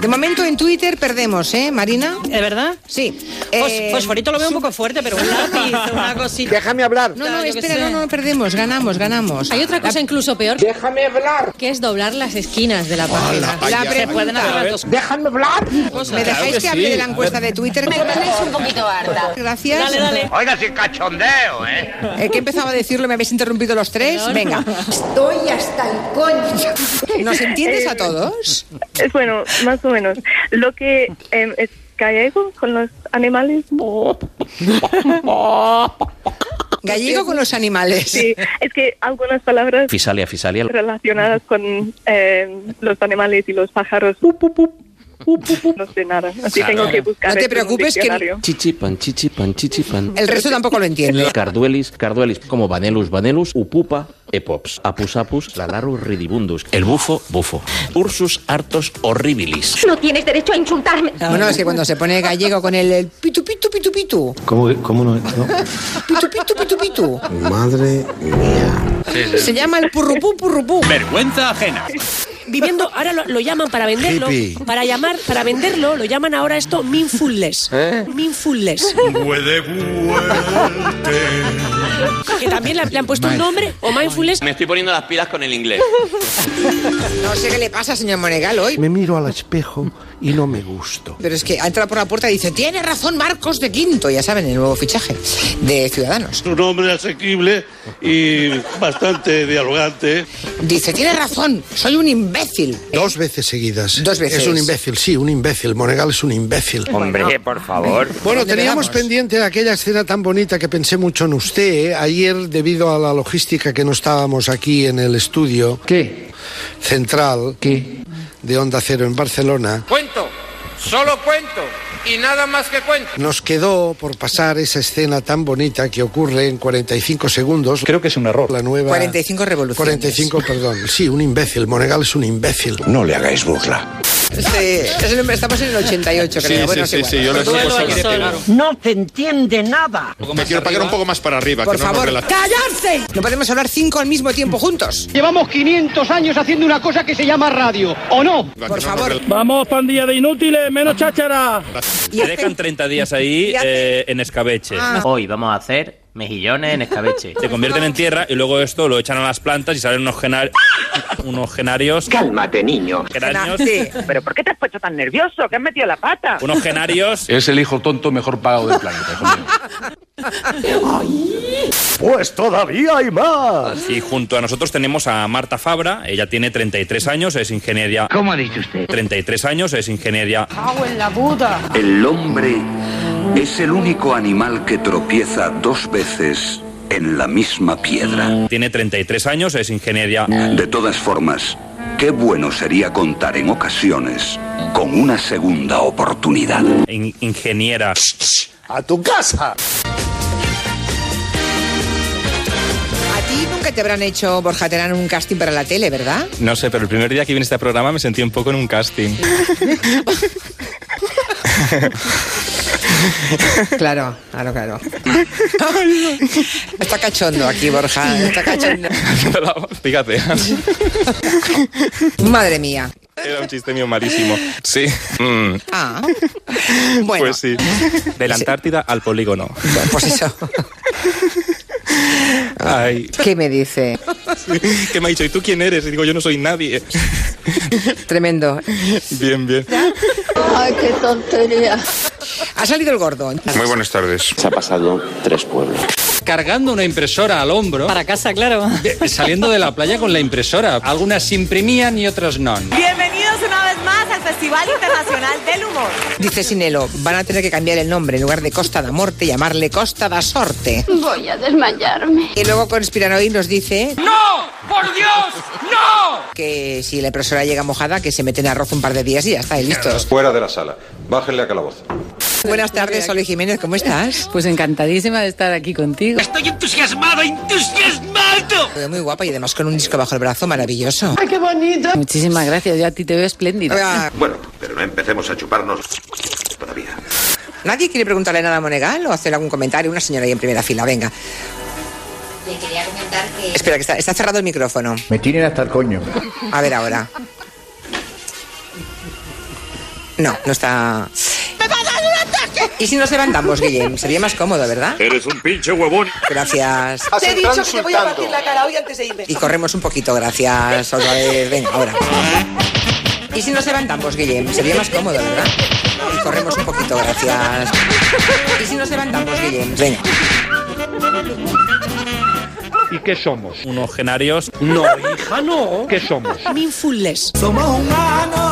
De momento en Twitter perdemos, ¿eh, Marina? ¿Es verdad? Sí. Fos- Eh, Fosforito lo veo un poco fuerte, pero un lápiz, una cosita. Déjame hablar. No, no, Yo qué espera, sé. no, no, perdemos, ganamos, ganamos. Hay otra cosa incluso peor, Déjame hablar. que es doblar las esquinas de la página. La Se pregunta, pueden hacer las dos Déjame hablar. cosas. ¿Me dejáis que, que hable sí. de la encuesta de Twitter? un poquito harta. Gracias. Dale, dale. Oiga, sin cachondeo, ¿eh? Eh, ¿Qué empezaba a decirlo? ¿Me habéis interrumpido los tres? Venga. Estoy hasta el coño. ¿Nos entiendes a todos? Es bueno, más o menos. Lo que em, es gallego con los animales. Gallego con los animales. Sí, es que algunas palabras Fisalia, fisalia. relacionadas con em, los animales y los pájaros. No sé nada, así tengo que buscar. No te eso en un preocupes que- diccionario. Chichipan, chichipan, chichipan. El resto tampoco lo entiende. Carduelis, carduelis, como vanelus, vanelus, upupa, epops, apus, apus, lalarus, ridibundus, el bufo, bufo, ursus, artos, horribilis. No tienes derecho a insultarme. Bueno, es que cuando se pone gallego con el, el pitu, pitu, pitu, pitu. ¿Cómo, cómo no, Pitu, pitu, pitu, pitu. Madre mía. Se llama el purrupú, purrupú. Vergüenza ajena. viviendo, ahora lo, lo llaman para venderlo, Hippie. para llamar, para venderlo, lo llaman ahora esto mindfulness, mindfulness, que también le, le han puesto un nombre o mindfulness. Me estoy poniendo las pilas con el inglés. No sé qué le pasa, señor Monegal, hoy. Me miro al espejo y no me gusto. Pero es que ha entrado por la puerta y dice, tiene razón Marcos de Quinto, ya saben, el nuevo fichaje de Ciudadanos. Un hombre asequible y bastante dialogante. Dice, tiene razón, soy un imbécil. Dos veces seguidas. Dos veces. Es un imbécil, sí, un imbécil. Monegal es un imbécil. Hombre, por favor. Bueno, ¿Eh? ¿Dónde teníamos pegamos? pendiente aquella escena tan bonita que pensé mucho en usted eh, ayer debido a la logística que no estábamos aquí en el estudio. ¿Qué? Central. ¿Qué? De Onda Cero en Barcelona. Cuento, solo cuento y nada más que cuento. Nos quedó por pasar esa escena tan bonita que ocurre en 45 segundos. Creo que es un error. La nueva. 45 revoluciones. 45, perdón. Sí, un imbécil. Monegal es un imbécil. No le hagáis burla. Sí, es el- estamos en el 88, creo. bueno, es igual. lo Duelo al sol. No te entiende nada. Me quiero pagar un poco más para arriba. Por favor, ¡callarse! No podemos hablar cinco al mismo tiempo juntos. Llevamos 500 años haciendo una cosa que se llama radio, ¿o no? Por favor. Vamos pandilla de inútiles, menos cháchara. Y hace- 30 días ahí Y hace- en escabeche. Ah. Hoy vamos a hacer mejillones en escabeche. Se convierten en tierra y luego esto lo echan a las plantas y salen unos genarios. unos genarios. Cálmate, niño. Sí. ¿Pero por qué te has puesto tan nervioso? ¿Qué has metido la pata? Unos genarios. Es el hijo tonto mejor pagado del planeta. Pues todavía hay más. Y junto a nosotros tenemos a Marta Fabra, ella tiene 33 años, es ingeniería. ¿Cómo ha dicho usted? 33 años, es ingeniería. El hombre es el único animal que tropieza dos veces en la misma piedra. Tiene 33 años, es ingeniería. De todas formas, qué bueno sería contar en ocasiones con una segunda oportunidad. in- ingeniera. ¡A tu casa! A ti nunca te habrán hecho, Borja Terán, un casting para la tele, ¿verdad? No sé, pero el primer día que vine a este programa me sentí un poco en un casting. Claro, claro, claro. Está cachondo aquí, Borja. Está cachondo. Fíjate, Madre mía. era un chiste mío malísimo. Sí. Mm, Ah. Bueno, Pues sí. De la Antártida al polígono. pues eso. Ay, ¿Qué me dice? que me ha dicho, ¿y tú quién eres? Y digo, yo no soy nadie. Tremendo. Bien, bien. Ay, qué tontería. Ha salido el gordo. Muy buenas tardes. Se ha pasado tres pueblos. cargando una impresora al hombro, Para casa, claro. de- saliendo de la playa con la impresora. Algunas se imprimían y otras no. Bienvenidos una vez más al Festival Internacional del Humor. Dice Sinelo, van a tener que cambiar el nombre en lugar de Costa da Morte, llamarle Costa da Sorte. Voy a desmayarme. Y luego Conspiranoid nos dice ¡No! ¡Por Dios! ¡No! que si la impresora llega mojada, que se mete en arroz un par de días y ya está, y listos. Fuera de la sala. Bájenle a calabozo. Buenas tardes, Sole Jiménez, ¿cómo estás? Pues encantadísima de estar aquí contigo. ¡Estoy entusiasmado, entusiasmado! Te veo Pues, Muy guapa y además con un disco bajo el brazo maravilloso. Muchísimas gracias, yo a ti te veo espléndida. Ah, Bueno, pero no empecemos a chuparnos todavía. ¿Nadie quiere preguntarle nada a Monegal o hacer algún comentario? Una señora ahí en primera fila, venga. Le quería comentar que Espera, que está, está cerrado el micrófono. Me tienen hasta el coño. A ver ahora. No, no está. ¡Me va a dar un ataque! ¿Y si nos levantamos, Guillem? Sería más cómodo, ¿verdad? Eres un pinche huevón. Gracias. Te he dicho que te voy a partir la cara hoy antes de irme. Y corremos un poquito, gracias. Otra vez, venga, ahora. ¿Y si nos levantamos, Guillem? Sería más cómodo, ¿verdad? Y corremos un poquito, gracias. ¿Y si nos levantamos, Guillem? Venga. ¿Y qué somos? Unos genarios. No, hija, no. ¿Qué somos? Minfulness. Somos humanos.